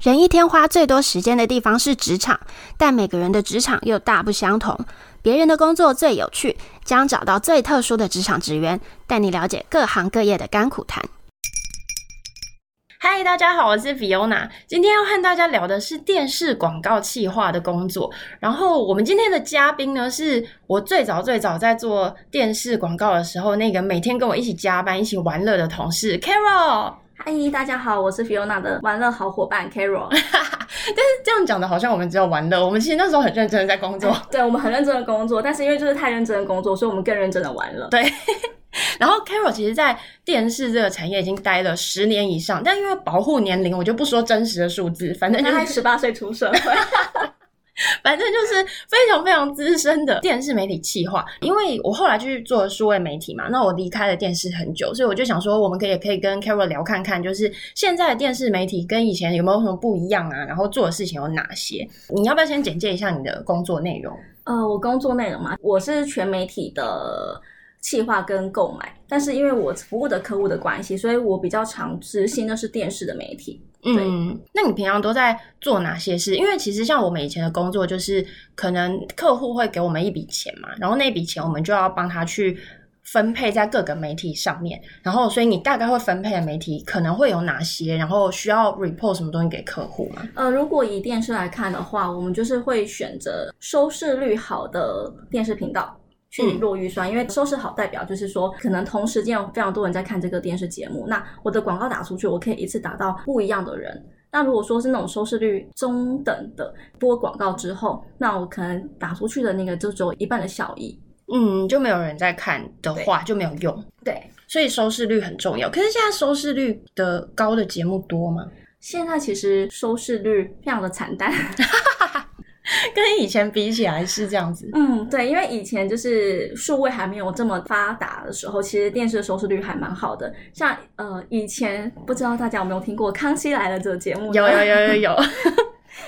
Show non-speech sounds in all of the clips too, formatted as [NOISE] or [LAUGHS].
人一天花最多时间的地方是职场，但每个人的职场又大不相同。别人的工作最有趣，将找到最特殊的职场职员，带你了解各行各业的甘苦谈。嗨，大家好，我是 Fiona。今天要和大家聊的是电视广告企划的工作。然后我们今天的嘉宾呢，是我最早最早在做电视广告的时候，那个每天跟我一起加班、一起玩乐的同事 Carol。嗨，大家好，我是 Fiona 的玩乐好伙伴 Carol。但是这样讲的好像我们只有玩乐，我们其实那时候很认真的在工 [LAUGHS] 作。对我们很认真的工作，但是因为就是太认真的工作，所以我们更认真的玩了。然后 Carol 其实，在电视这个产业已经待了十年以上，但因为保护年龄，我就不说真实的数字，反正就他是还十八岁出社会， [LAUGHS] 反正就是非常非常资深的电视媒体企划，因为我后来去做数位媒体嘛，那我离开了电视很久，所以我就想说，我们可以也可以跟 Carol 聊看看，就是现在的电视媒体跟以前有没有什么不一样啊？然后做的事情有哪些？你要不要先简介一下你的工作内容？呃，我工作内容嘛，我是全媒体的企划跟购买，但是因为我服务的客户的关系，所以我比较常执行的是电视的媒体。嗯，那你平常都在做哪些事？因为其实像我们以前的工作，就是可能客户会给我们一笔钱嘛，然后那笔钱我们就要帮他去分配在各个媒体上面，然后所以你大概会分配的媒体可能会有哪些，然后需要 report 什么东西给客户嘛？呃，如果以电视来看的话，我们就是会选择收视率好的电视频道。去嗯落预算，因为收视好代表就是说，可能同时间有非常多人在看这个电视节目，那我的广告打出去，我可以一次打到不一样的人。那如果说是那种收视率中等的播广告之后，那我可能打出去的那个就只有一半的效益。嗯，就没有人在看的话就没有用，对，所以收视率很重要。可是现在收视率的高的节目多吗？现在其实收视率非常的惨淡。 [LAUGHS] 跟以前比起来是这样子。嗯，对，因为以前就是数位还没有这么发达的时候，其实电视的收视率还蛮好的。像呃，以前不知道大家有没有听过《康熙来了》这个节目呢？有有有有有，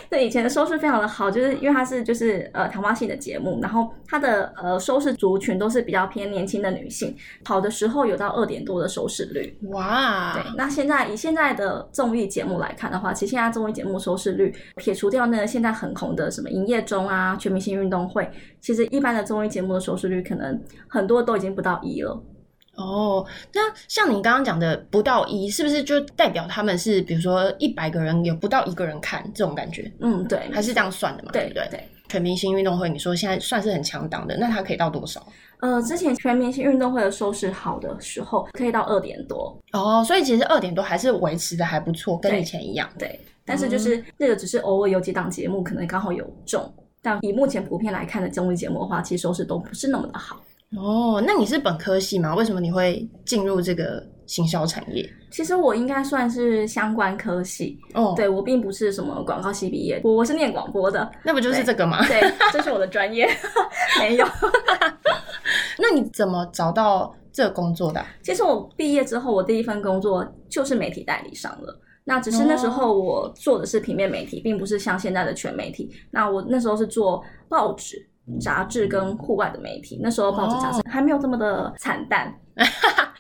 对，以前的收视非常的好，就是因为它是就是呃谈话性的节目，然后它的呃收视族群都是比较偏年轻的女性，好的时候有到二点多的收视率。哇，对，那现在以现在的综艺节目来看的话，其实现在综艺节目收视率，撇除掉那个现在很红的什么《营业中》啊、《全明星运动会》，其实一般的综艺节目的收视率可能很多都已经不到一了。哦，那像你刚刚讲的不到一，是不是就代表他们是比如说一百个人有不到一个人看这种感觉，嗯，对，还是这样算的嘛？对不对？对。全明星运动会，你说现在算是很强档的，那它可以到多少？呃，之前全明星运动会的收视好的时候，可以到二点多，哦，所以其实二点多还是维持的还不错，跟对以前一样。对。但是就是那个只是偶尔有几档节目可能刚好有中，但以目前普遍来看的综艺节目的话，其实收视都不是那么的好。哦，那你是本科系吗？为什么你会进入这个行销产业？其实我应该算是相关科系，哦，，对我并不是什么广告系毕业，我我是念广播的，那不就是这个吗？ [LAUGHS] 对，这是我的专业。 [LAUGHS] 没有，那你怎么找到这个工作的啊、其实我毕业之后，我第一份工作就是媒体代理商了。那只是那时候我做的是平面媒体，并不是像现在的全媒体。那我那时候是做报纸、杂志跟户外的媒体。那时候报纸、杂志还没有这么的惨淡。啊 [LAUGHS]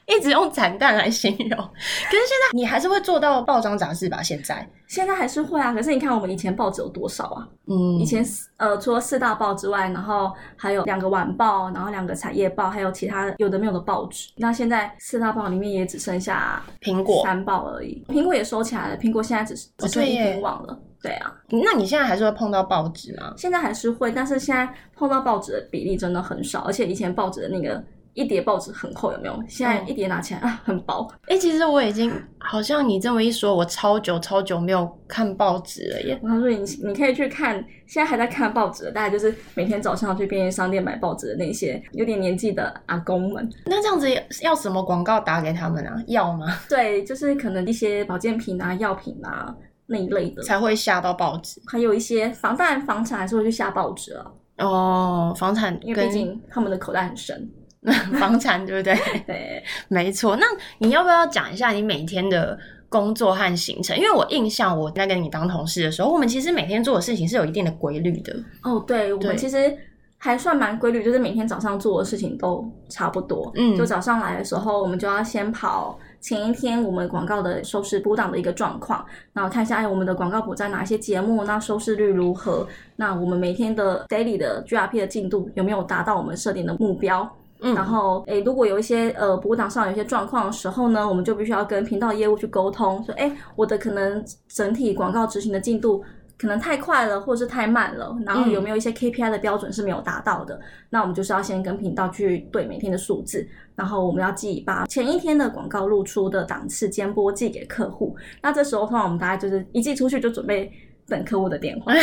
一直用惨淡来形容，可是现在你还是会做到报章杂志吧？现在，现在还是会啊，可是你看我们以前报纸有多少啊？嗯以前四呃，除了四大报之外，然后还有两个晚报，然后两个产业报，还有其他有的没有的报纸。那现在四大报里面也只剩下苹果，三报而已，苹果也收起来了，苹果现在只是哦只剩对一耶篇网了。对啊，那你现在还是会碰到报纸吗？现在还是会，但是现在碰到报纸的比例真的很少，而且以前报纸的那个一叠报纸很厚，有没有？现在嗯一叠拿起来、啊，很薄。哎、其实我已经好像你这么一说，我超久超久没有看报纸了耶。我告诉你，你可以去看，现在还在看报纸的，大概就是每天早上去便利商店买报纸的那些有点年纪的阿公们。那这样子要什么广告打给他们啊？要 [LAUGHS] 吗？对，就是可能一些保健品啊、药品啊那一类的，才会下到报纸还有一些房，当然房产还是会去下报纸啊，哦。房产因为毕跟竟他们的口袋很深。 [LAUGHS] 房产对不 [LAUGHS] 对？对，没错。那你要不要讲一下你每天的工作和行程？因为我印象我在跟你当同事的时候，我们其实每天做的事情是有一定的规律的。哦，对，我对们其实还算蛮规律，就是每天早上做的事情都差不多。嗯就早上来的时候，我们就要先跑前一天我们广告的收视补档的一个状况，然后看一下哎我们的广告补在哪一些节目，那收视率如何，那我们每天的 daily 的 GRP 的进度有没有达到我们设定的目标？嗯然后，诶，如果有一些呃补档上有一些状况的时候呢，我们就必须要跟频道业务去沟通，说，诶，我的可能整体广告执行的进度可能太快了，或者是太慢了，然后有没有一些 KPI 的标准是没有达到的？那我们就是要先跟频道去对每天的数字，然后我们要记把前一天的广告露出的档次间播寄给客户。那这时候的话，我们大概就是一寄出去就准备等客户的电话。 [LAUGHS]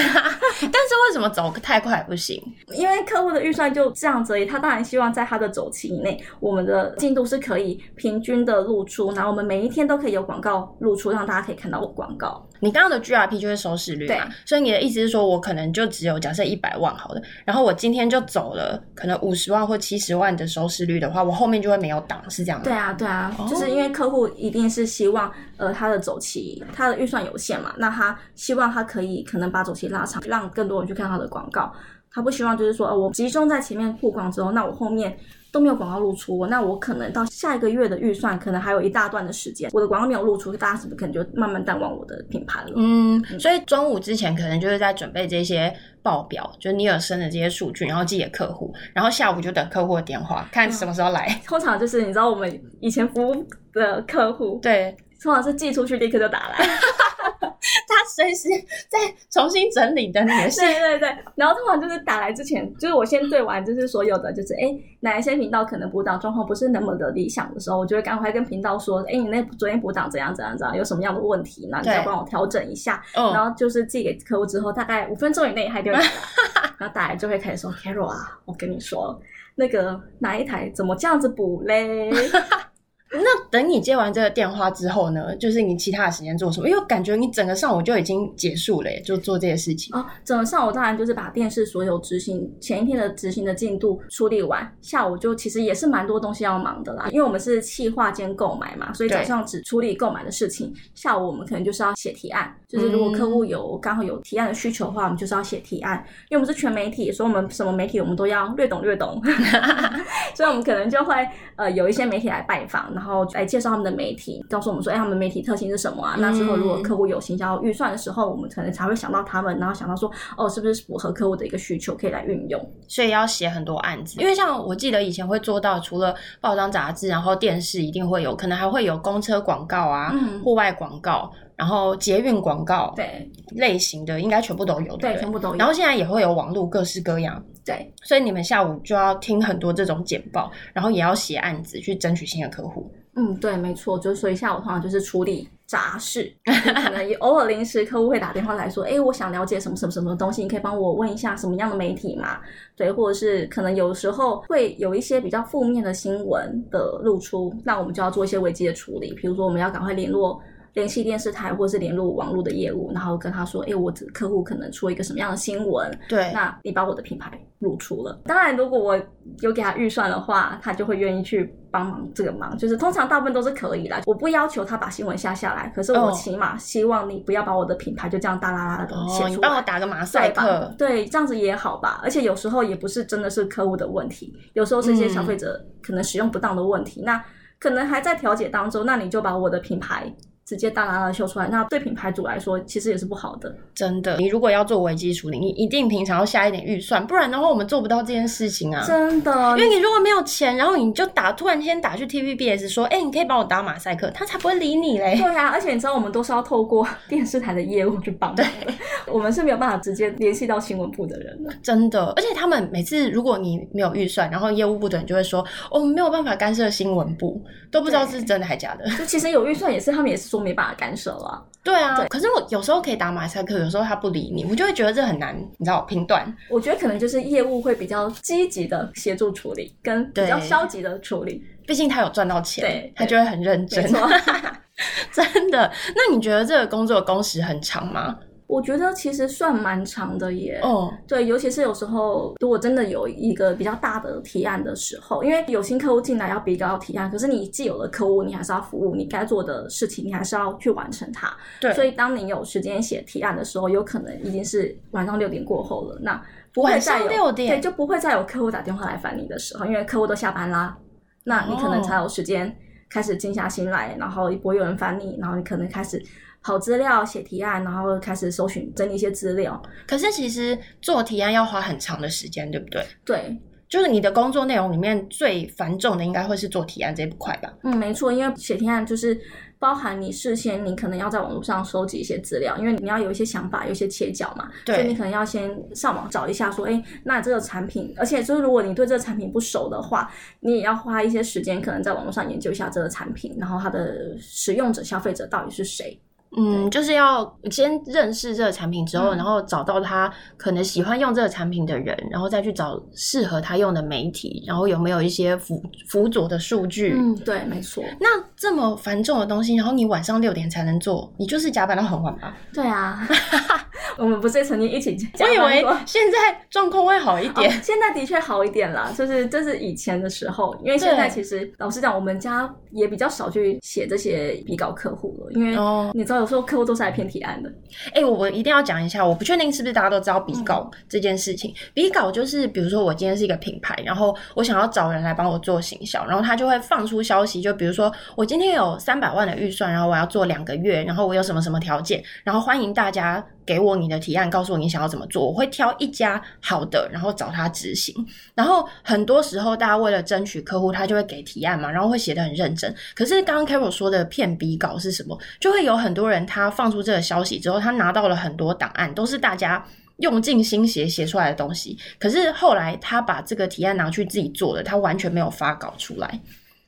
但是为什么走太快不行？因为客户的预算就这样子而已，他当然希望在他的周期以内，我们的进度是可以平均的露出，然后我们每一天都可以有广告露出，让大家可以看到我广告。你刚刚的 GRP 就是收视率嘛对，所以你的意思是说我可能就只有假设一百万好了，然后我今天就走了可能五十万或七十万的收视率的话，我后面就会没有档，是这样吗？对啊，对啊，哦就是因为客户一定是希望，呃，他的周期，他的预算有限嘛，那他希望他可以可能把周期拉长，让更多人去看他的广告。他不希望就是说，呃，我集中在前面曝光之后，那我后面都没有广告露出，那我可能到下一个月的预算，可能还有一大段的时间，我的广告没有露出，大家是不是可能就慢慢淡忘我的品牌了？嗯，所以中午之前可能就是在准备这些报表，就是尼尔森的这些数据，然后寄给客户，然后下午就等客户的电话，看什么时候来。通常就是你知道我们以前服务的客 [LAUGHS] 户，对通常是寄出去立刻就打来，他随时在重新整理的你的事。 [LAUGHS] 对对对，然后通常就是打来之前，就是我先对完就是所有的，就是哎哪一些频道可能补档状况不是那么的理想的时候，我就会赶快跟频道说，哎你那昨天补档怎样怎样怎样，有什么样的问题，那你对再帮我调整一下，然嗯，后就是寄给客户之后，大概五分钟以内他一定会打来，然后打来就会开始说 Carol 啊，我跟你说那个哪一台怎么这样子补嘞？那等你接完这个电话之后呢，就是你其他的时间做什么？因为感觉你整个上午就已经结束了耶，就做这些事情。哦，整个上午当然就是把电视所有执行前一天的执行的进度处理完，下午就其实也是蛮多东西要忙的啦，因为我们是企划兼购买嘛，所以对早上只处理购买的事情，下午我们可能就是要写提案，就是如果嗯客户有刚好有提案的需求的话，我们就是要写提案，因为我们是全媒体，所以我们什么媒体我们都要略懂略懂， [LAUGHS] 所以我们可能就会呃有一些媒体来拜访，然后来介绍他们的媒体，告诉我们说，哎，他们媒体特性是什么啊？那之后如果客户有行销预算的时候，我们可能才会想到他们，然后想到说，哦，是不是符合客户的一个需求，可以来运用？所以要写很多案子，因为像我记得以前会做到，除了报章杂志，然后电视一定会有，可能还会有公车广告啊、嗯户外广告，然后捷运广告对类型的，应该全部都有，对，不全对？部都有。然后现在也会有网络各式各样，对所以你们下午就要听很多这种简报，然后也要写案子去争取新的客户。嗯，对，没错，就是所以下午通常就是处理杂事，就可能也偶尔临时客户会打电话来说，哎，我想了解什么什么什么东西，你可以帮我问一下什么样的媒体嘛？对，或者是可能有时候会有一些比较负面的新闻的露出，那我们就要做一些危机的处理，比如说我们要赶快联络。联系电视台或者是联络网络的业务，然后跟他说：“哎、我这客户可能出一个什么样的新闻，对那你把我的品牌露出了。当然，如果我有给他预算的话，他就会愿意去帮忙这个忙。就是通常大部分都是可以啦，我不要求他把新闻下下来，可是哦我起码希望你不要把我的品牌就这样大啦啦的写哦，你出帮我来。打个马赛对吧克？，对，这样子也好吧。而且有时候也不是真的是客户的问题，有时候是一些消费者可能使用不当的问题，那可能还在调解当中。那你就把我的品牌直接大啦啦地秀出来，那对品牌主来说其实也是不好的。真的。你如果要做危机处理，你一定平常要下一点预算，不然的话我们做不到这件事情啊。真的，因为你如果没有钱，然后你就打突然间打去 TVBS 说，哎、你可以帮我打马赛克，他才不会理你嘞。对啊，而且你知道，我们都是要透过 [LAUGHS] 电视台的业务去帮忙的，我们是没有办法直接联系到新闻部的人的。 [LAUGHS] 真的，而且他们每次如果你没有预算，然后业务部的人就会说，哦，没有办法干涉新闻部，都不知道对是真的还假的。就其实有预算也是，他们也是说没办法干涉啊。对啊，可是我有时候可以打马赛克，有时候他不理你，我就会觉得这很难，你知道评断。我觉得可能就是业务会比较积极的协助处理，跟比较对消极的处理。毕竟他有赚到钱，对他就会很认没真。错， [LAUGHS] [LAUGHS] 真的，那你觉得这个工作工时很长吗？我觉得其实算蛮长的耶。哦，对，尤其是有时候，如果真的有一个比较大的提案的时候，因为有新客户进来要比较提案，可是你既有的客户，你还是要服务，你该做的事情，你还是要去完成它。对，所以以当你有时间写提案的时候，有可能已经是晚上六点过后了，那不会晚再上有六点，对，就哦不会再有客户打电话来烦你的时候，因为客户都下班啦，那你可能才有时间开始静下心来，然后不会有人烦你，然后你可能开始跑资料、写提案，然后开始搜寻整理一些资料。可是其实做提案要花很长的时间，对不对？对，就是你的工作内容里面最繁重的，应该会是做提案这一块吧？嗯，没错，因为写提案就是包含你事先你可能要在网络上收集一些资料，因为你要有一些想法，有一些切角嘛，所以你对，可能要先上网找一下，说，哎，那这个产品，而且就是如果你对这个产品不熟的话，你也要花一些时间，可能在网络上研究一下这个产品，然后它的使用者、消费者到底是谁。嗯，就是要先认识这个产品之后，嗯然后找到他可能喜欢用这个产品的人，然后再去找适合他用的媒体，然后有没有一些辅辅佐的数据。嗯，对，没错，那这么繁重的东西，然后你晚上六点才能做，你就是加班到很晚吧？[LAUGHS] 对啊，我们不是曾经一起加我以班为 [LAUGHS] 过。现在状况会好一哦点。现在的确好一点啦，就是这是以前的时候，因为现在其实老实讲，我们家也比较少去写这些比稿客户了，因为哦你知道有时候客户都是来骗提案的，哎、我我一定要讲一下，我不确定是不是大家都知道比稿这件事情。比稿就是，比如说我今天是一个品牌，然后我想要找人来帮我做行销，然后他就会放出消息，就比如说我今天有三百万的预算，然后我要做两个月，然后我有什么什么条件，然后欢迎大家给我你的提案，告诉我你想要怎么做，我会挑一家好的，然后找他执行。然后很多时候，大家为了争取客户，他就会给提案嘛，然后会写的很认真。可是刚刚 Carol 说的骗比稿是什么？就会有很多人他放出这个消息之后，他拿到了很多档案，都是大家。用尽心血写出来的东西，可是后来他把这个提案拿去自己做了，他完全没有发稿出来。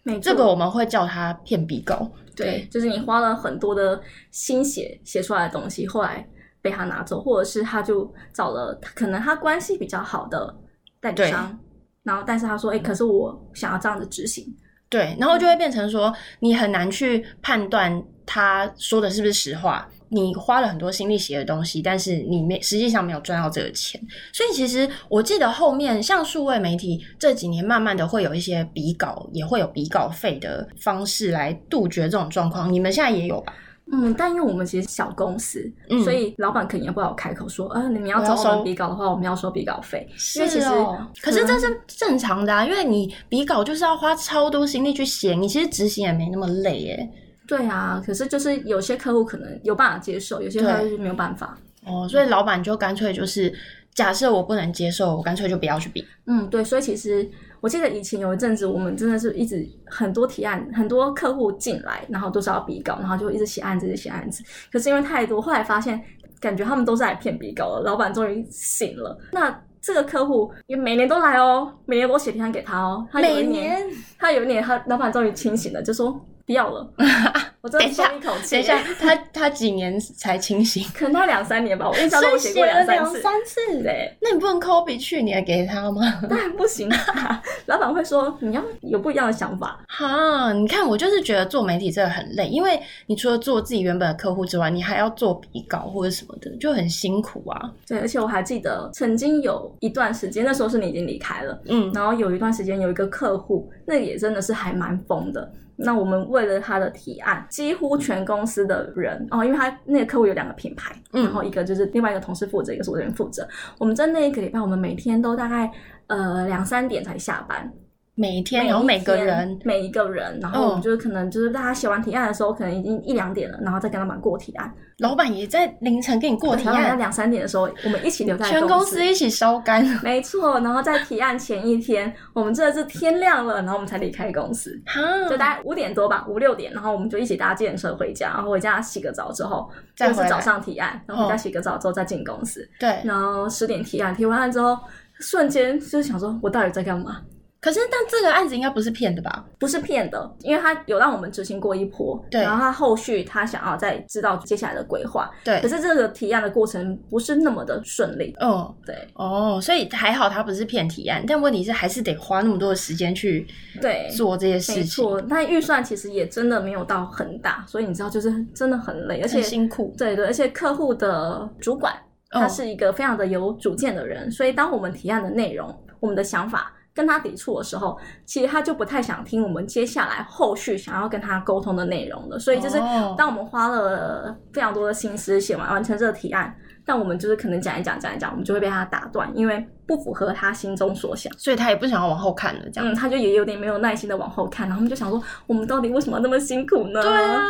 没这错个我们会叫他骗比稿。对，就是你花了很多的心血写出来的东西，后来被他拿走，或者是他就找了可能他关系比较好的代理商，然后但是他说，哎、可是我想要这样子执行，对，然后就会变成说，你很难去判断他说的是不是实话。你花了很多心力写的东西，但是你没实际上没有赚到这个钱，所以其实我记得后面像数位媒体这几年慢慢的会有一些比稿，也会有比稿费的方式来杜绝这种状况。你们现在也有吧？嗯，但因为我们其实小公司，嗯所以老板肯定也不好开口说，呃，你们要我要找我收们比稿的话，我们要收比稿费，因为是其实哦可是这是正常的啊，因为你比稿就是要花超多心力去写，你其实执行也没那么累耶。对啊，可是就是有些客户可能有办法接受，有些客户对就没有办法，哦，所以老板就干脆就是，假设我不能接受，我干脆就不要去比。嗯，对，所以其实我记得以前有一阵子，我们真的是一直很多提案，很多客户进来，然后都是要比稿，然后就一直写案子，一直写案子。可是因为太多，后来发现感觉他们都是来骗比稿的，老板终于醒了。那这个客户也每年都来哦，每年我写提案给他哦，他有一年， [LAUGHS] 他有一年他老板终于清醒了，就说不要了， [LAUGHS] 我真的等一下松一口气。等一下，他他几年才清醒？ [LAUGHS] 可能他两三年吧，我印象中我写过两三次。次。对，那你不能 copy 去年给他吗？ [LAUGHS] 当然不行啊！ [LAUGHS] 老板会说你要有不一样的想法，哈，你看，我就是觉得做媒体真的很累，因为你除了做自己原本的客户之外，你还要做比稿或者什么的，就很辛苦啊。对，而且我还记得曾经有一段时间，那时候是你已经离开了，嗯，然后有一段时间有一个客户，那也真的是还蛮疯的。那我们为了他的提案，几乎全公司的人哦，因为他那个客户有两个品牌，嗯然后一个就是另外一个同事负责，一个是我这边负责。我们在那一个礼拜，我们每天都大概呃两三点才下班，每天，每然后一每个天人，每一个人，然后嗯我们就是可能就是大家写完提案的时候，可能已经一两点了，然后再跟老板过提案。老板也在凌晨给你过提然后在案，两三点的时候，我们一起留在全公公司一起烧干。 [LAUGHS] [LAUGHS] 没错，然后在提案前一天，我们真的是天亮了，然后我们才离开公司，哈，就大概五点多吧，五六点，然后我们就一起搭电车回家，然后回家洗个澡之后，再就是回来哦早上提案，然后回家洗个澡之后再进公司，对。然后十点提案，提完案之后，瞬间就是想说，我到底在干嘛？可是，但这个案子应该不是骗的吧？不是骗的，因为他有让我们执行过一波，对然后他后续他想要再知道接下来的规划，对可，是这个提案的过程不是那么的顺利，嗯，对哦，所以还好他不是骗提案，但问题是还是得花那么多的时间去对，做这些没事情，错，但预算其实也真的没有到很大，所以你知道，就是真的很累，而且很辛苦。对对，而且客户的主管哦他是一个非常的有主见的人，所以当我们提案的内容、我们的想法跟他抵触的时候，其实他就不太想听我们接下来后续想要跟他沟通的内容了。所以就是哦当我们花了非常多的心思写完完成这个提案，但我们就是可能讲一讲讲一讲，我们就会被他打断，因为不符合他心中所想。所以他也不想要往后看了，这样。嗯，他就也有点没有耐心的往后看，然后我们就想说，我们到底为什么那么辛苦呢？对啊，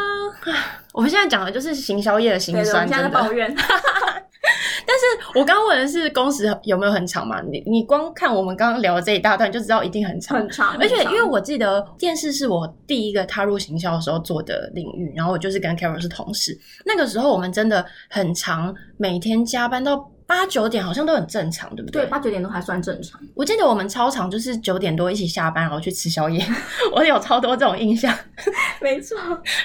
唉我们现在讲的就是行销业的辛对，我酸，们现在在真抱的。 [LAUGHS] 怨。但是我刚问的是工时有没有很长嘛？你你光看我们刚刚聊的这一大段，就知道一定很长。很长，而且很因长为我记得电视是我第一个踏入行销的时候做的领域，然后我就是跟 Carol 是同事，那个时候我们真的很长，每天加班到。八九点好像都很正常，对不对八九点都还算正常，我记得我们超常就是九点多一起下班，然后去吃宵夜。 [LAUGHS] 我有超多这种印象。 [LAUGHS] 没错，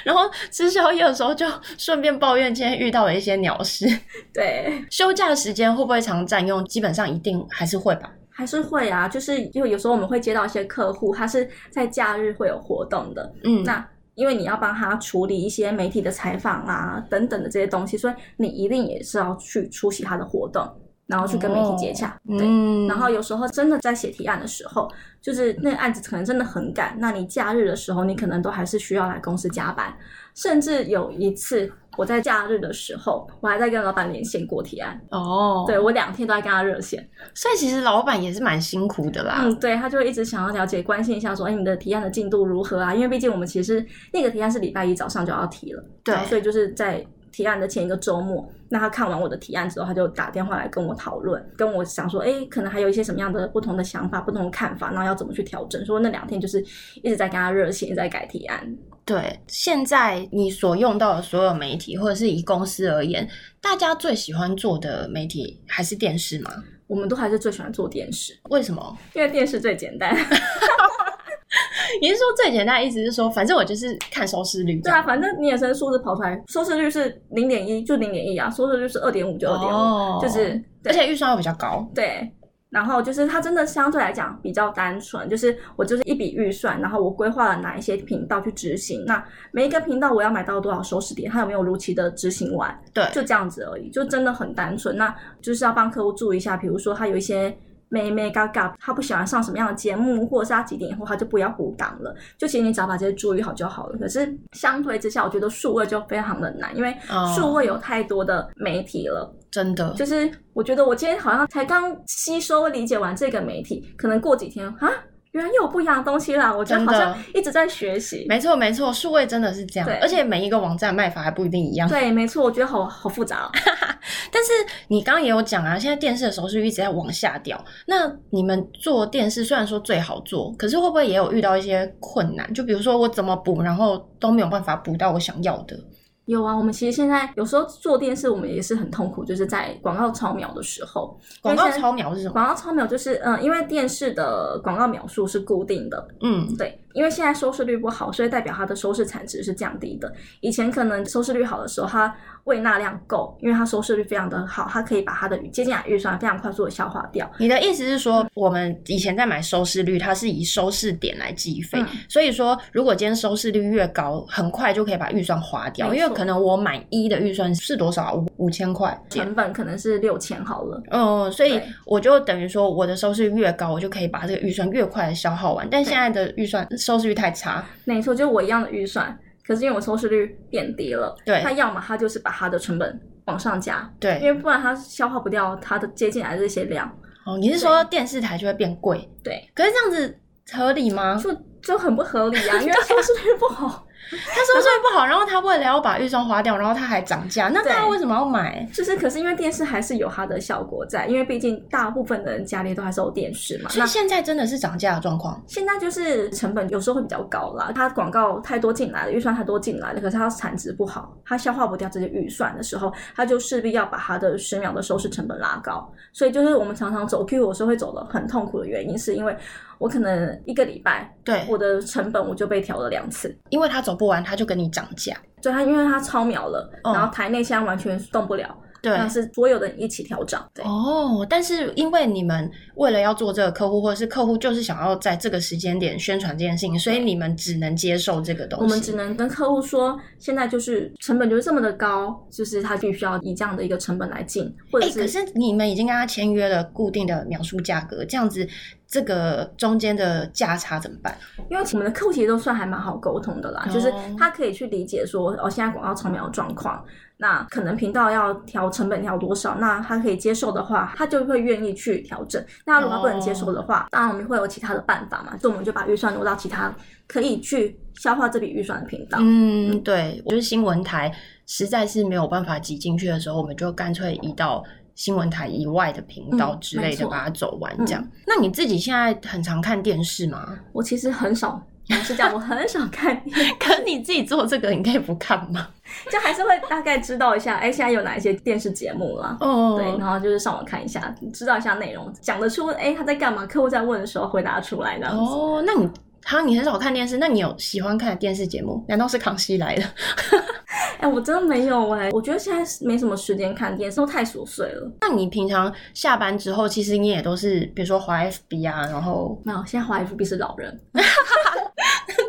然后吃宵夜的时候，就顺便抱怨今天遇到了一些鸟事。对，休假时间会不会常占用？基本上一定还是会吧。还是会啊，就是因为有时候我们会接到一些客户，他是在假日会有活动的，嗯，那因为你要帮他处理一些媒体的采访啊等等的这些东西，所以你一定也是要去出席他的活动，然后去跟媒体接洽，对。嗯，然后有时候真的在写提案的时候，就是那个案子可能真的很赶，那你假日的时候，你可能都还是需要来公司加班。甚至有一次我在假日的时候，我还在跟老板连线过提案，哦，对，我两天都在跟他热线。所以其实老板也是蛮辛苦的啦。嗯，对，他就会一直想要了解、关心一下，说，哎，你的提案的进度如何啊？因为毕竟我们其实那个提案是礼拜一早上就要提了，对然后所以就是在提案的前一个周末，那他看完我的提案之后，他就打电话来跟我讨论，跟我想说，哎，可能还有一些什么样的不同的想法、不同的看法，然后要怎么去调整。所以那两天就是一直在跟他热线，一直在改提案。对，现在你所用到的所有媒体，或者是以公司而言，大家最喜欢做的媒体还是电视吗？我们都还是最喜欢做电视，为什么？ [LAUGHS] 因为电视最简单。 [LAUGHS] 你是说最简单？意思是说，反正我就是看收视率这对样。啊，反正你也是数字跑出来，收视率是零点一就零点一啊，收视率是二点五就二点哦五，就是而且预算又比较高。对，然后就是它真的相对来讲比较单纯，就是我就是一笔预算，然后我规划了哪一些频道去执行，那每一个频道我要买到多少收视点，它有没有如期的执行完，对，就这样子而已，就真的很单纯。那就是要帮客户注意一下，比如说他有一些。妹妹嘎嘎，他不喜欢上什么样的节目，或者是他几点以后他就不要补档了。就其实你只要把这些注意好就好了。可是相对之下，我觉得数位就非常的难，因为哦数位有太多的媒体了。真的，就是我觉得我今天好像才刚吸收理解完这个媒体，可能过几天啊，原来又有不一样的东西啦。我觉真得好的像一直在学习。没错没错，数位真的是这样对，而且每一个网站卖法还不一定一样。对，没错，我觉得好好复杂、哦。但是你刚刚也有讲啊，现在电视的收视率一直在往下掉。那你们做电视虽然说最好做，可是会不会也有遇到一些困难？就比如说我怎么补，然后都没有办法补到我想要的。有啊，我们其实现在有时候做电视，我们也是很痛苦，就是在广告超秒的时候，广告因为现在超秒是什么？广告超秒就是嗯、呃因为电视的广告秒数是固定的，嗯，对，因为现在收视率不好，所以代表它的收视产值是降低的。以前可能收视率好的时候，它喂纳量够，因为它收视率非常的好，它可以把它的接近来预算非常快速的消化掉。你的意思是说，我们以前在买收视率，它是以收视点来计费，嗯所以说如果今天收视率越高，很快就可以把预算花掉，没因错为可能我买一的预算是多少啊？五五千块，成本可能是六千好了，嗯，所以对我就等于说，我的收视率越高，我就可以把这个预算越快的消耗完。但现在的预算收视率太差，没错，就我一样的预算，可是因为我收视率变低了，对它要么它就是把它的成本往上加，因对。为不然它消化不掉它的接进来的这些量，哦，你是说电视台就会变贵？对，可是这样子合理 [LAUGHS] 吗？就就很不合理 [LAUGHS] 啊，因为收视率不好。他收视率不好，然后他为了要把预算花掉，然后他还涨价，那对大家为什么要买？就是，可是因为电视还是有它的效果在，因为毕竟大部分的人家里都还是有电视嘛。所那以现在真的是涨价的状况。现在就是成本有时候会比较高啦，它广告太多进来了，预算太多进来了，可是它产值不好，它消化不掉这些预算的时候，它就势必要把它的十秒的收视成本拉高。所以就是我们常常走 Q 有时候会走的很痛苦的原因，是因为我可能一个礼拜对，我的成本我就被调了两次。因为他走不完，他就跟你涨价。就它因为它超秒了，嗯然后台内现在完全动不了，对那是所有的人一起调整。对，哦，但是因为你们为了要做这个客户，或者是客户就是想要在这个时间点宣传这件事情，所以你们只能接受这个东西。我们只能跟客户说，现在就是成本就是这么的高，就是他必须要以这样的一个成本来进，或者哎、是,、可是你们已经跟他签约了固定的秒数价格，这样子这个中间的价差怎么办？因为我们的客户其实都算还蛮好沟通的啦，哦就是他可以去理解说，哦，现在广告超苗的状况，那可能频道要调成本调多少，那他可以接受的话，他就会愿意去调整。那如果他不能接受的哦话，当然我们会有其他的办法嘛，所以我们就把预算挪到其他可以去消化这笔预算的频道。嗯，对，我觉得新闻台实在是没有办法挤进去的时候，我们就干脆移到新闻台以外的频道嗯之类没的，错把它走完这样。那你自己现在很常看电视 [LAUGHS] 吗？我其实很少。老实讲，我很少看电视，可你自己做这个，你可以不看吗？就还是会大概知道一下，哎、现在有哪一些电视节目啦。 [LAUGHS] 哦对，然后就是上网看一下，知道一下内容，讲得出，哎、他在干嘛？客户在问的时候回答出来这样子。哦，那你。哈，你很少看电视，那你有喜欢看的电视节目？难道是《康熙来了》？哎、我真的没有哎、我觉得现在是没什么时间看电视，都太琐碎了。 [LAUGHS] 那你平常下班之后，其实你也都是，比如说滑 FB 啊，然后没有，现在滑 FB 是老人， [LAUGHS]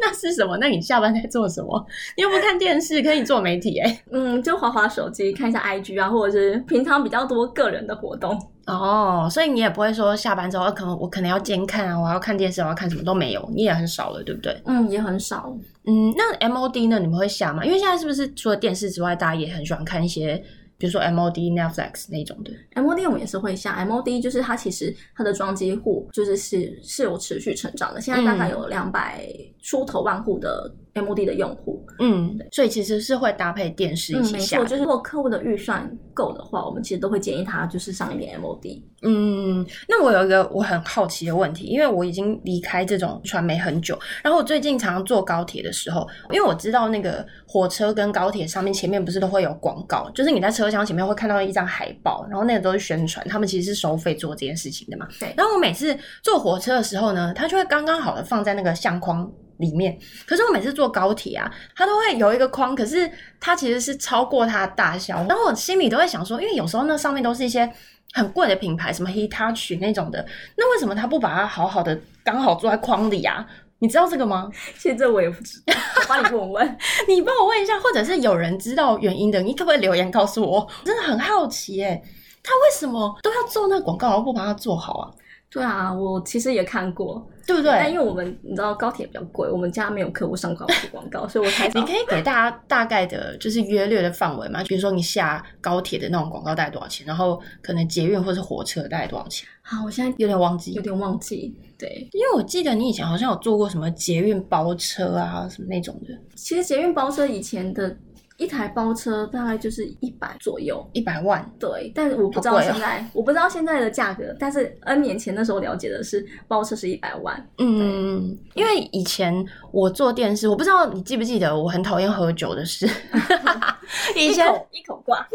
那是什么？那你下班在做什么？你又不看电视，可以做媒体哎、嗯，就滑滑手机，看一下 IG 啊，或者是平常比较多个人的活动。哦，所以你也不会说下班之后，呃可能我可能要监看啊，我要看电视，我要看什么都没有，你也很少了，对不对？嗯，也很少。嗯，那 MOD 呢？你们会下吗？因为现在是不是除了电视之外，大家也很喜欢看一些，比如说 MOD、Netflix 那种的？ MOD 我们也是会下，MOD 就是它其实它的装机户就是是是有持续成长的，现在大概有两百出头万户的 MOD 的用户。嗯，所以其实是会搭配电视一嗯，起没下错，。就是如果客户的预算够的话，我们其实都会建议他就是上一点 MOD。嗯，那我有一个我很好奇的问题，因为我已经离开这种传媒很久，然后我最近常常坐高铁的时候，因为我知道那个火车跟高铁上面前面不是都会有广告，就是你在车厢前面会看到一张海报，然后那个都是宣传，他们其实是收费做这件事情的嘛。对然后我每次坐火车的时候呢，它就会刚刚好的放在那个相框。里面，可是我每次坐高铁啊，它都会有一个框，可是它其实是超过它的大小，然后我心里都会想说，因为有时候那上面都是一些很贵的品牌，什么 Hitachi 那种的，那为什么他不把它好好的刚好坐在框里啊？你知道这个吗？ [LAUGHS] 其实这我也不知道，我帮你问 [LAUGHS] 问。你帮我问一下，或者是有人知道原因的，你可不可以留言告诉我？真的很好奇耶、他为什么都要做那个广告，然后不把它做好啊？对啊，我其实也看过，对不但对？因为我们你知道高铁比较贵，我们家没有客户上高铁广告，所以我才 [LAUGHS] 你可以给大家大概的，就是约略的范围嘛，比如说你下高铁的那种广告大概多少钱，然后可能捷运或是火车大概多少钱，好，我现在有点忘记有，点忘记。对，因为我记得你以前好像有做过什么捷运包车啊什么那种的，其实捷运包车以前的一台包车大概就是一百左右，一百万对，但是我不知好道贵哦现在，我不知道现在的价格，但是 N 年前那时候了解的是包车是一百万，嗯，因为以前我做电视，我不知道你记不记得，我很讨厌喝酒的 [LAUGHS] 事。以一前，口一口挂，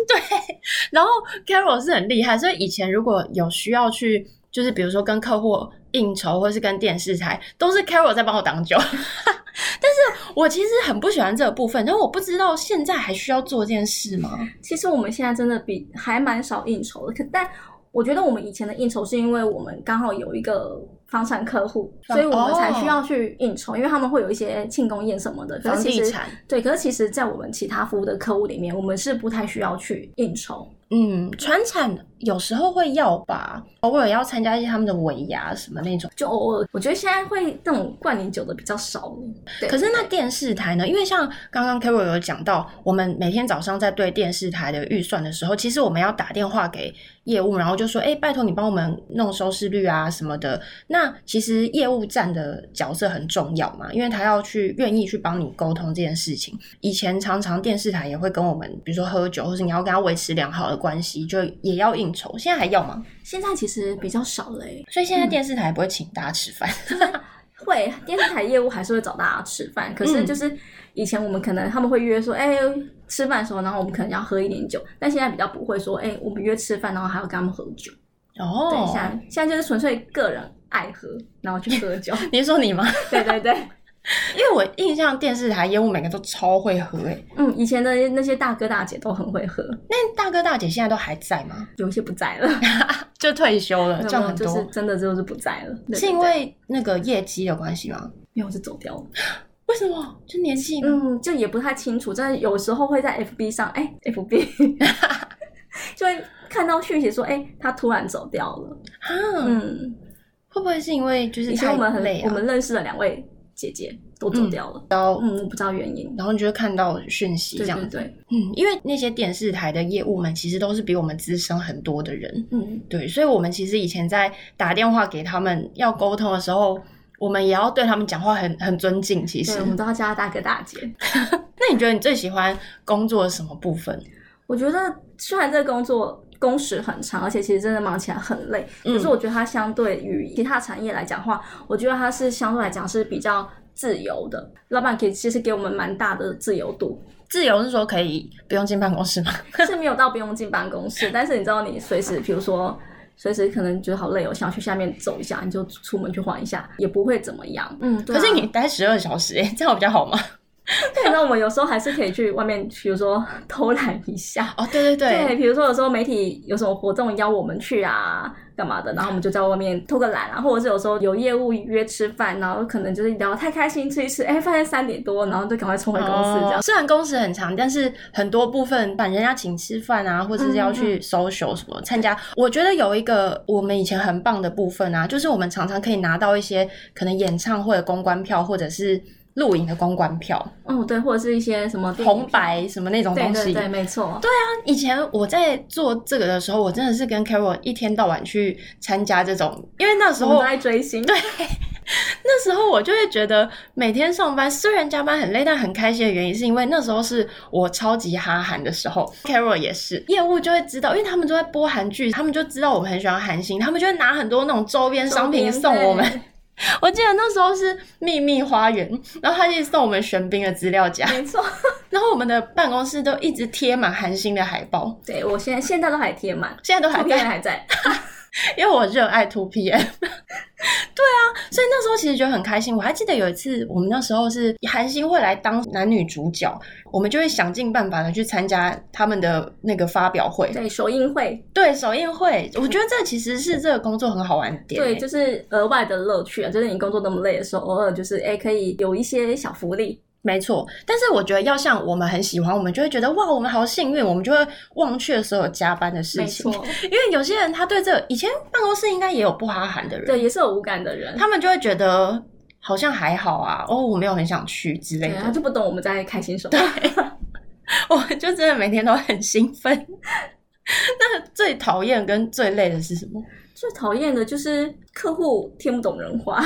然后 Carol 是很厉害，所以以前如果有需要去，就是比如说跟客户应酬，或是跟电视台，都是 Carol 在帮我挡酒。 [LAUGHS] 但是我其实很不喜欢这个部分，然后我不知道现在还需要做这件事吗？其实我们现在真的比还蛮少应酬的，可但我觉得我们以前的应酬是因为我们刚好有一个房产客户，房所以我们才哦需要去应酬，因为他们会有一些庆功宴什么的。可房是其地实产，对，可是其实，在我们其他服务的客户里面，我们是不太需要去应酬。嗯，船产有时候会要吧，偶尔要参加一些他们的尾牙什么那种。就偶尔，我觉得现在会那种灌你酒的比较少了。对，可是那电视台呢？因为像刚刚 Carol 有讲到，我们每天早上在对电视台的预算的时候，其实我们要打电话给业务，然后就说：“哎、拜托你帮我们弄收视率啊什么的。”那其实业务站的角色很重要嘛，因为他要去愿意去帮你沟通这件事情。以前常常电视台也会跟我们，比如说喝酒，或是你要跟他维持良好的关系，就也要应酬。现在还要吗？现在其实比较少了、欸，所以现在电视台不会请大家吃饭。会电视台业务还是会找大家吃饭，可是嗯就是以前我们可能他们会约说，哎、吃饭的时候，然后我们可能要喝一点酒，但现在比较不会说，哎、我们约吃饭，然后还要跟他们喝酒。 [LAUGHS] 哦，对，现在现在就是纯粹个人爱喝，然后去喝酒。 [LAUGHS] 你是说你吗？对对对，因为我印象电视台业务每个都超会喝诶、欸， [LAUGHS] 嗯，以前的那些大哥大姐都很会喝，那大哥大姐现在都还在吗？有一些不 [LAUGHS] 在了，就退休了，赚很多，就是真的就是不在了，对对是因对为那个业绩的关系吗？没有是走掉了。为什么？就年纪吗？嗯，就也不太清楚，真的有时候会在 FB 上，哎、f [LAUGHS] b 就会看到讯息说，哎、他突然走掉了。啊、嗯，会不会是因为就是以前太我们很累我啊？们认识的两位姐姐都走掉了，嗯，我不知道原因。然后你就会看到讯息对这样对子，对，嗯，因为那些电视台的业务们其实都是比我们资深很多的人，嗯，对，所以我们其实以前在打电话给他们要沟通的时候，我们也要对他们讲话很很尊敬。其实对，我，们都要叫她大哥大姐。那你觉得你最喜欢工作的什么部分？我觉得虽然这个工作工时很长，而且其实真的忙起来很累，嗯可是我觉得它相对于其他产业来讲的话，我觉得它是相对来讲是比较自由的。老板给其实给我们蛮大的自由 [LAUGHS] 度，自由是说可以不用进办公室吗？是没有到不用进办公室，但是你知道你随时，比如说。随时可能觉得好累哦，想去下面走一下，你就出门去晃一下，也不会怎么样。嗯，对、可是你待十二小时、欸，这样比较好吗？ [LAUGHS] 对，那我们有时候还是可以去外面，比如说 [LAUGHS] 偷懒一下，哦，对对对，对，比如说有时候媒体有什么活动邀我们去啊，干嘛的，然后我们就在外面偷个懒啊，或者是有时候有业务约吃饭，然后可能就是聊得太开心，吃一吃，哎，发现三点多，然后就赶快冲回公司这样。哦虽然工时很长，但是很多部分，把人家请吃饭啊，或者是要去 social 什么参加，我觉得有一个我们以前很棒的部分啊，就是我们常常可以拿到一些可能演唱会的公关票，或者是露营的公关票，哦，对，或者是一些什么电影红，白什么那种对东西。对对，没错，对，以前我在做这个的时候，我真的是跟 Carol 一天到晚去参加这种，因为那时我们候都在追星，对，那时候我就会觉得每天上班虽然加班很累，但很开心的原因是因为那时候是我超级哈韩的时候，Carol 也是业务就会知道，因为他们都在播韩剧，他们就知道我们很喜欢韩星，他们就会拿很多那种周边商品送我们。我记得那时候是秘密花园，然后他就送我们玄彬的资料夹，没错，然后我们的办公室都一直贴满韩星的海报，对我现在现在都还贴满，现在都还图片在，还在，因为我热爱 Two [LAUGHS] PM。对啊，所以那时候其实觉得很开心。我还记得有一次，我们那时候是韩星会来当男女主角，我们就会想尽办法的去参加他们的那个发表会，对，首映会，对首映会。我觉得这其实是这个工作很好玩的点、欸对，就是额外的乐趣啊，就是你工作那么累的时候，偶尔就是哎，可以有一些小福利，没错。但是我觉得要像我们很喜欢，我们就会觉得哇，我们好幸运，我们就会忘却所有加班的事没情错。， [LAUGHS] 因为有些人他对这个以前办公室应该也有不哈韩的人，对，也是有无感的人，他们就会觉得好像还好啊，哦，我没有很想去之类对，啊他的。就不懂我们在开心什么。 [LAUGHS] 我就真的每天都很兴奋。那最讨厌跟最累的是什么？最讨厌的就是客户听不懂人话，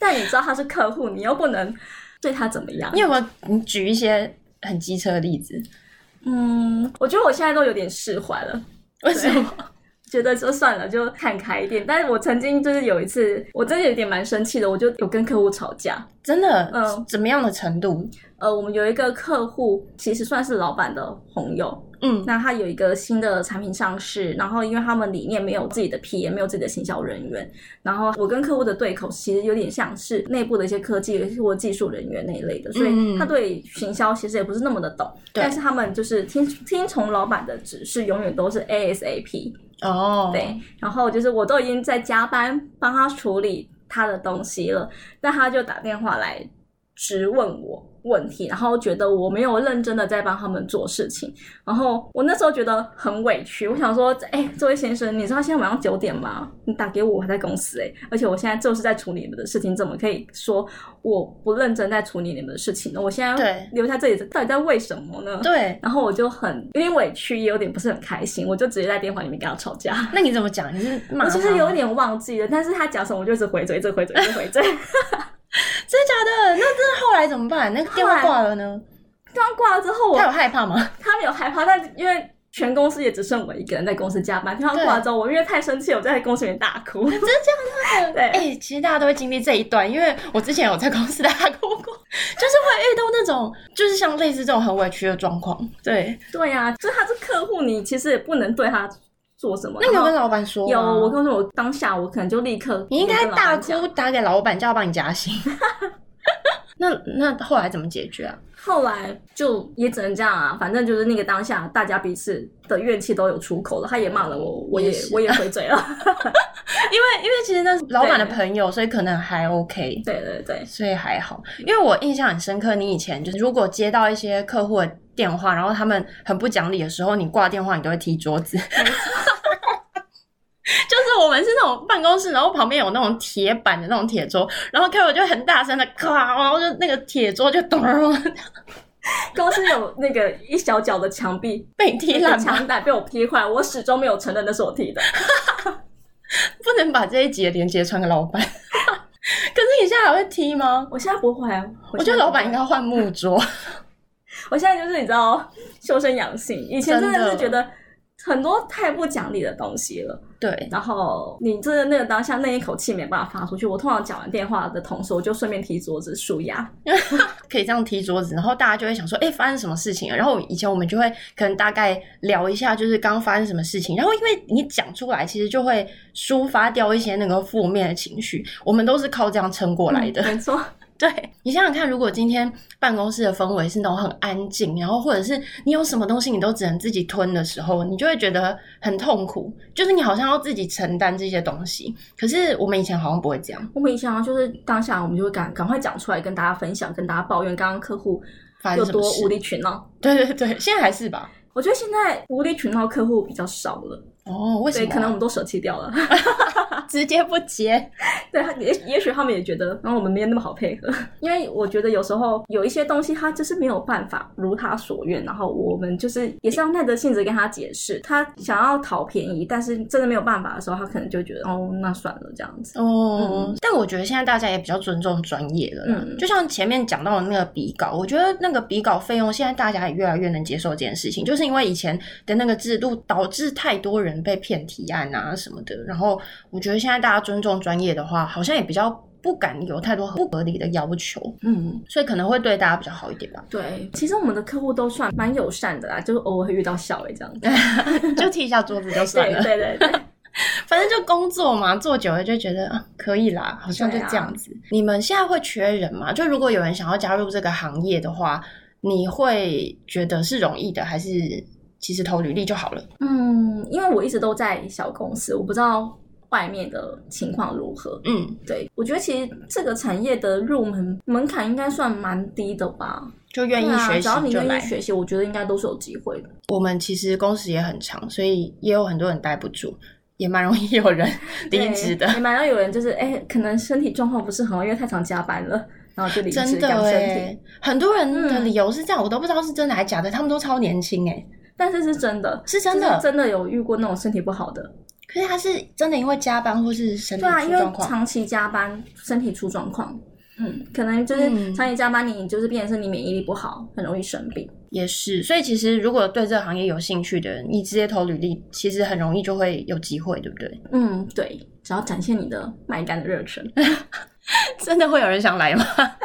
但你知道他是客户，你又不能对他怎么样你。有没有你举一些很机车的例子？嗯，我觉得我现在都有点释怀了。为什么？觉得就算了，就看开一点。但是我曾经就是有一次，我真的有点蛮生气的，我就有跟客户吵架。真的，嗯怎么样的程度？呃，我们有一个客户，其实算是老板的朋友，嗯，那他有一个新的产品上市，然后因为他们里面没有自己的 P，也没有自己的行销人员，然后我跟客户的对口其实有点像是内部的一些科技或技术人员那一类的，所嗯以他对行销其实也不是那么的懂，对但是他们就是听听从老板的指示，永远都是 ASAP，哦，对，然后就是我都已经在加班帮他处理他的东西了，但他就打电话来质问我问题，然后觉得我没有认真的在帮他们做事情，然后我那时候觉得很委屈，我想说，哎、这位先生，你知道现在晚上九点吗？你打给我，我还在公司哎、而且我现在就是在处理你们的事情，怎么可以说我不认真在处理你们的事情呢？我现在对留在这里，到底在为什么呢？对，然后我就很有点委屈，也有点不是很开心，我就直接在电话里面跟他吵架。那你怎么讲？你是骂我他其实有点忘记了，但是他讲什么我就一直回嘴，一直回嘴，一直回嘴。 [LAUGHS] 真的假的？那那后来怎么办？那个电后话来挂了呢？电话挂了之后我，他有害怕吗？他没有害怕，但因为全公司也只剩我一个人在公司加班。电话挂了之后，我因为太生气，我在公司里面大哭。真的假的？ [LAUGHS] 对。哎、其实大家都会经历这一段，因为我之前有在公司打工过，就是会遇到那种，就是像类似这种很委屈的状况。对，对呀、啊，就是他是客户，你其实也不能对他做什么。那你有然后跟老板说吗？有，我跟你说，我当下我可能就立刻，啊你应该大哭。打给老板，叫他帮你加薪。 [LAUGHS] 那那后来怎么解决啊？后来就也只能这样啊，反正就是那个当下，大家彼此的怨气都有出口了。他也骂了我，我也也是我也回嘴了。 [LAUGHS] 因为因为其实那是老板的朋友，所以可能还 OK，对对对，所以还好。因为我印象很深刻，你以前就是如果接到一些客户的电话，然后他们 [LAUGHS] 很不讲理的时候，你挂电话你都会踢桌子。就是我们们是那种办公室，然后旁边有那种铁板的那种铁桌，然后 Carol 就很大声的咔，然后就那个铁桌就咚公司有那个一小角的墙壁被 [LAUGHS] 你踢那个烂吧。墙板被我踢坏，我始终没有承认那是我踢的。不能把这一集的连接传给老板。 [LAUGHS] 可是你现在还会踢吗？我现在不会，我觉得老板应该换木 [LAUGHS] 桌。 [LAUGHS] 我现在就是你知道修身养性，以前真的是觉真得很多太不讲理的东西了。对，然后你真的那个当下那一口气没办法发出去，我通常讲完电话的同时，我就顺便踢桌子舒压。可以这样踢桌子，然后大家就会想说，哎、发生什么事情了？然后以前我们就会可能大概聊一下，就是刚发生什么事情。然后因为你讲出来，其实就会抒发掉一些那个负面的情绪。我们都是靠这样撑过来的。嗯没错，对你想想看，如果今天办公室的氛围是那种很安静，然后或者是你有什么东西你都只能自己吞的时候，你就会觉得很痛苦，就是你好像要自己承担这些东西。可是我们以前好像不会这样，我们以前啊就是当下我们就会赶赶快讲出来跟大家分享，跟大家抱怨刚刚客户发生有什么多无事？理取闹。对对对，现在还是吧？我觉得现在无理取闹客户比较少了，哦，为什对，么？可能我们都舍弃掉了。 [LAUGHS] 直接不接。对他，也也许他们也觉得，然后我们没有那么好配合， [LAUGHS] 因为我觉得有时候有一些东西，他就是没有办法如他所愿，然后我们就是也是要耐着性子跟他解释，他想要讨便宜，但是真的没有办法的时候，他可能就觉得哦，那算了这样子。哦、但我觉得现在大家也比较尊重专业了啦。嗯就像前面讲到的那个笔稿，我觉得那个笔稿费用现在大家也越来越能接受这件事情，就是因为以前的那个制度导致太多人被骗提案啊什么的。然后我觉得现在大家尊重专业的话，好像也比较不敢有太多不合理的要求，嗯，。所以可能会对大家比较好一 [LAUGHS] 点吧对，其实我们的客户都算蛮友善的啦，就是偶尔会遇到小诶这样子。就踢一下桌子就 [LAUGHS] 算 [LAUGHS] 对了，对对对。反正就工作嘛，做久了就觉得啊，可以啦，好像就这样子。啊你们现在会缺人吗？就如果有人想要加入这个行业的话，你会觉得是容易的，还是其实投履历就好了？嗯，因为我一直都在小公司，我不知道外面的情况如何。嗯，对，我觉得其实这个产业的入门门槛应该算蛮低的吧。就愿意对啊，学只要习你就愿来。意学习，我觉得应该都是有机会的。我们其实工时也很长，所以也有很多人待不住，也蛮容易有人 [LAUGHS] 离职的对。也蛮要有人就是哎、可能身体状况不是很好，因为太常加班了，然后就离职真的养哎、身体。很多人的嗯理由是这样，我都不知道是真的还假的。他们都超年轻哎、但是是真的，是真的就是真的有遇过那种身体不好的。可是他是真的因为加班或是身体对啊，嗯出因为状况，长期加班，身体出状况。嗯，可能就是嗯长期加班，你就是变成是你免疫力不好，很容易生病。也是，所以其实如果对这个行业有兴趣的人，你直接投履历，其实很容易就会有机会，对不对？ [LAUGHS] 嗯，对，只要展现你的卖干的热忱。真的会有人想来吗？ [LAUGHS]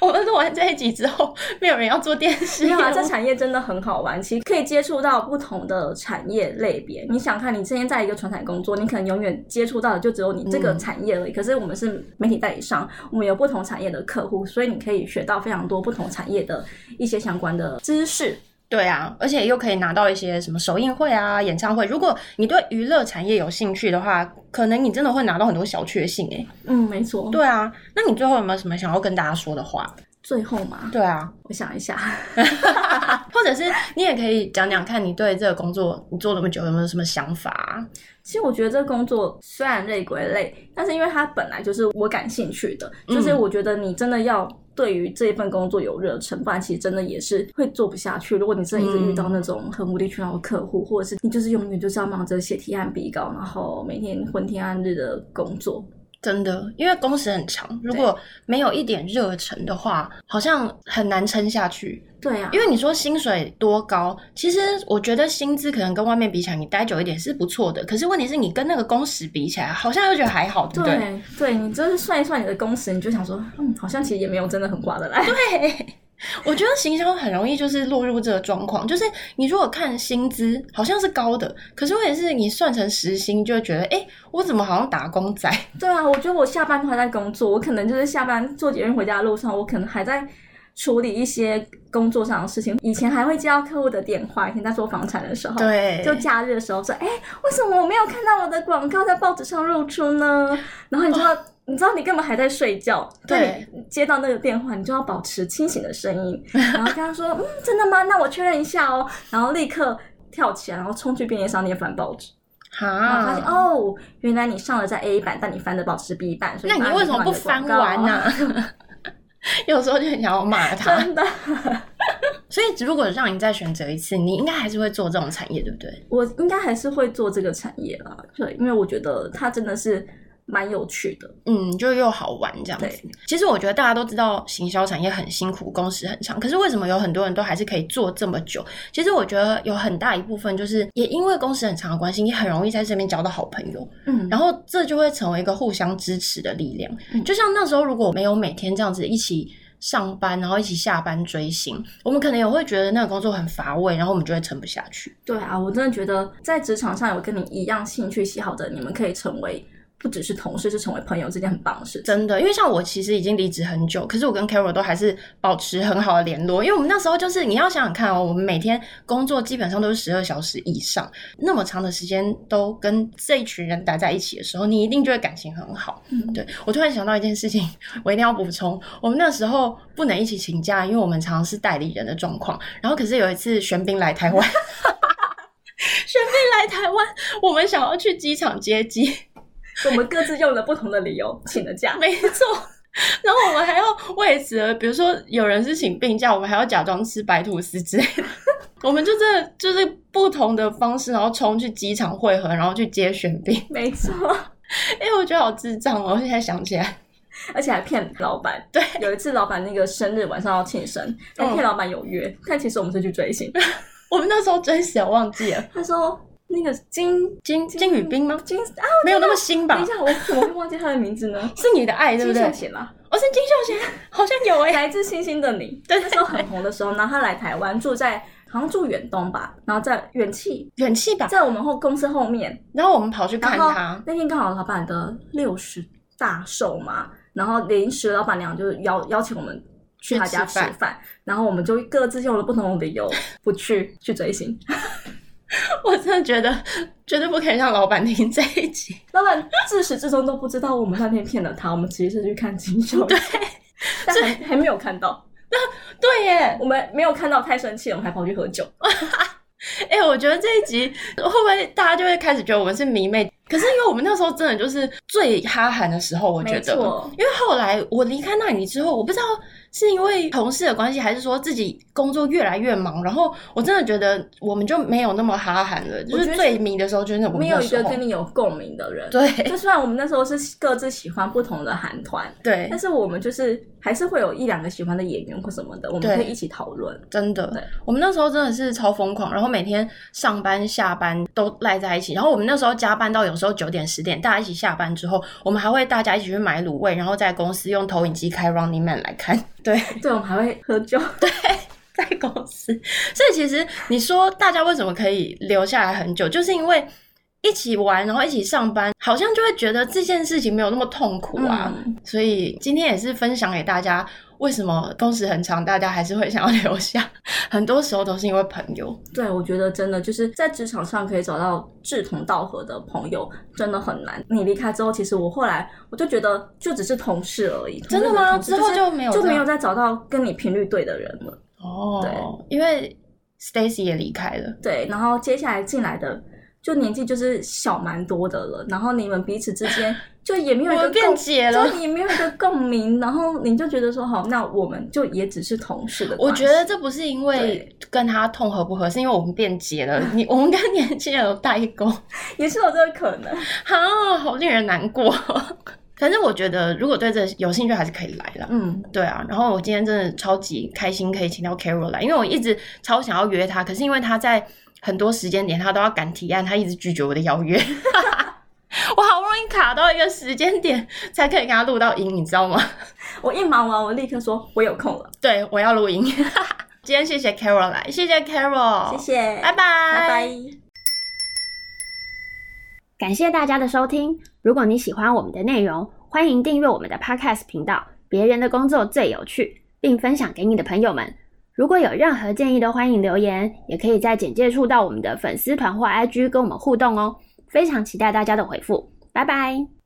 我们录完这一集之后，没有人要做电视 [LAUGHS] 没有啊，业务这产业真的很好玩，其实可以接触到不同的产业类别。你想看，你之前在一个传产工作，你可能永远接触到的就只有你这个产业而已。可是我们是媒体代理商，我们有不同产业的客户，所以你可以学到非常多不同产业的一些相关的知识。对啊，而且又可以拿到一些什么首映会啊、演唱会。如果你对娱乐产业有兴趣的话，可能你真的会拿到很多小确幸诶、嗯，没错。对啊，那你最后有没有什么想要跟大家说的话？最后嘛，对啊，我想一下，或者是你也可以讲讲看你对这个工作你做那么久有没有什么想法啊、其实我觉得这个工作虽然累归累，但是因为它本来就是我感兴趣的，嗯就是我觉得你真的要对于这一份工作有热忱，不然其实真的也是会做不下去。如果你真的一直遇到嗯那种很无理取闹的客户，或者是你就是永远就是要忙着写提案、比稿，然后每天昏天暗日的工作，真的，因为工时很长，如果没有一点热忱的话，好像很难撑下去。对啊，因为你说薪水多高，其实我觉得薪资可能跟外面比起来，你待久一点是不错的。可是问题是你跟那个工时比起来，好像又觉得还好，对不对？对对，你就是算一算你的工时，你就想说，嗯，好像其实也没有真的很划得来。 [LAUGHS] 我觉得行销很容易就是落入这个状况，就是你如果看薪资好像是高的，可是问题是你算成时薪，就会觉得，哎，我怎么好像打工仔？对啊，我觉得我下班都还在工作，我可能就是下班做捷运回家的路上，我可能还在处理一些工作上的事情。以前还会接到客户的电话，以前在做房产的时候，，对，哦就假日的时候说，哎、为什么我没有看到我的广告在报纸上露出呢？然后你知道，你知道你根本还在睡觉，哦对，接到那个电话，你就要保持清醒的声音，然后跟他说，嗯，真的吗？那我确认一下哦，然后立刻跳起来，然后冲去便利商店翻报纸。然后 [LAUGHS] 哈发现，哦，原来你上了在 A 版，但你翻的报纸是 B 版，所以那你为什么不翻完呢、呢、啊 [LAUGHS] 有时候就很想要骂他。 [LAUGHS] 真的， [LAUGHS] 所以如果让你再选择一次，你应该还是会做这种产业，对不对？我应该还是会做这个产业啦，对，因为我觉得它真的是蛮有趣的，嗯，就又好玩这样子对。其实我觉得大家都知道行销产业很辛苦，工时很长，可是为什么有很多人都还是可以做这么久？其实我觉得有很大一部分就是也因为工时很长的关系，你很容易在这边交到好朋友，嗯，然后这就会成为一个互相支持的力量。嗯就像那时候如果没有每天这样子一起。上班，然后一起下班追星，我们可能也会觉得那个工作很乏味，然后我们就会撑不下去。对啊，我真的觉得在职场上有跟你一样兴趣喜好的，你们可以成为不只是同事，是成为朋友，这件很棒的事情。真的，因为像我其实已经离职很久，可是我跟 Carol 都还是保持很好的联络。因为我们那时候就是你要想想看哦，我们每天工作基本上都是十二小时以上，那么长的时间都跟这一群人待在一起的时候，你一定就会感情很好。嗯对我突然想到一件事情，我一定要补充，我们那时候不能一起请假，因为我们常常是代理人的状况。然后可是有一次玄彬来台湾。玄彬来台湾，我们想要去机场接机，我们各自用了不同的理由请了 [LAUGHS] 假，没错。然后我们还要为此而，比如说有人是请病假，我们还要假装吃白吐司之类的。 [LAUGHS] 我们就真的就是不同的方式，然后冲去机场汇合，然后去接选兵。没错，哎、我觉得好智障哦！我现在想起来， [LAUGHS] 而且还骗老板。对，哦有一次老板那个生日晚上要庆生，但骗老板有约，但其实我们是去追星。我们那时候真是我忘记了，他说那个金金金宇彬吗？金啊，没有那么新吧？等一？下，我怎么会忘记他的名字 [LAUGHS] 呢是你的爱对不金对？秀贤啊，哦，是金秀贤，好像有哎、来自星星的你，对那时候很红的时候，然后他来台湾，住在好像住远东吧，然后在远气，元气吧。在我们后公司后面，然后我们跑去看然后他，那天刚好老板的六十大寿嘛，然后临时老板娘就邀邀请我们。去他家去吃吃饭饭，然后我们就各自用了不同的理由不去去追星。我真的觉得 [LAUGHS] 绝对不可以让老板听这一集。 [LAUGHS] 老板自始至终都不知道我们那天骗了他，我们其实是去看金秀对，但还还没有看到，对耶，我们没有看到太生气了，我们还跑去喝酒。哎、我觉得这一集会不会大家就会开始觉得我们是迷妹？可是因为我们那时候真的就是最哈韩的时候，我觉没得。错，因为后来我离开那里之后，我不知道是因为同事的关系，还是说自己工作越来越忙，然后我真的觉得我们就没有那么哈韩了，就我觉是得是最迷的时候就是我们没有那一时个候跟你有共鸣的人。对就虽然我们那时候是各自喜欢不同的韩团，对但，是我们就是还是会有一两个喜欢的演员或什么的，我们对可以一起讨论。真的对，我们那时候真的是超疯狂，然后每天上班下班都赖在一起，然后我们那时候加班到有时候九点十点，大家一起下班之后，我们还会大家一起去买卤味，然后在公司用投影机开 Running Man 来看，对，对，我们还会喝酒。对， [LAUGHS] 在公司，所以其实你说大家为什么可以留下来很久，就是因为。一起玩，然后一起上班，好像就会觉得这件事情没有那么痛苦啊。嗯所以今天也是分享给大家，为什么工时很长，大家还是会想要 [LAUGHS] 留下。很多时候都是因为朋友。对，我觉得真的就是在职场上可以找到志同道合的朋友，真的很难。你离开之后，其实我后来我就觉得就只是同事而已。真的吗同事是同事之后就没有就这没样有再找到跟你频率对的人了。哦，因为 Stacy 也离开了，对，然后接下来进来的就年纪就是小蛮多的了，然后你们彼此之间就也没有一我个们变共解了就你没有一个共鸣，然后你就觉得说好，那我们就也只是同事的我关系。觉得这不是因为跟他痛合不合，是因为我们变节 [LAUGHS] 了，你我们跟年轻人有代沟，也是有这个可能，啊，好令人难过。 [LAUGHS] 反正我觉得，如果对这有兴趣，还是可以来啦。嗯，对啊，然后我今天真的超级开心可以请到 Carol 来，因为我一直超想要约她，可是因为她在很多时间点她都要赶提案，她一直拒绝我的邀约。 [LAUGHS] 我好不容易卡到一个时间点，才可以跟她录到音，你知道吗？ [LAUGHS] 我一忙完，我立刻说我有空了，对，我要录音。 [LAUGHS] 今天谢谢 Carol 来，谢谢 Carol，谢，谢，拜拜，拜拜。感谢大家的收听。如果你喜欢我们的内容，欢迎订阅我们的 Podcast 频道《别人的工作最有趣》，并分享给你的朋友们。如果有任何建议，都欢迎留言，也可以在简介处到我们的粉丝团或 IG 跟我们互动哦。非常期待大家的回复，拜拜。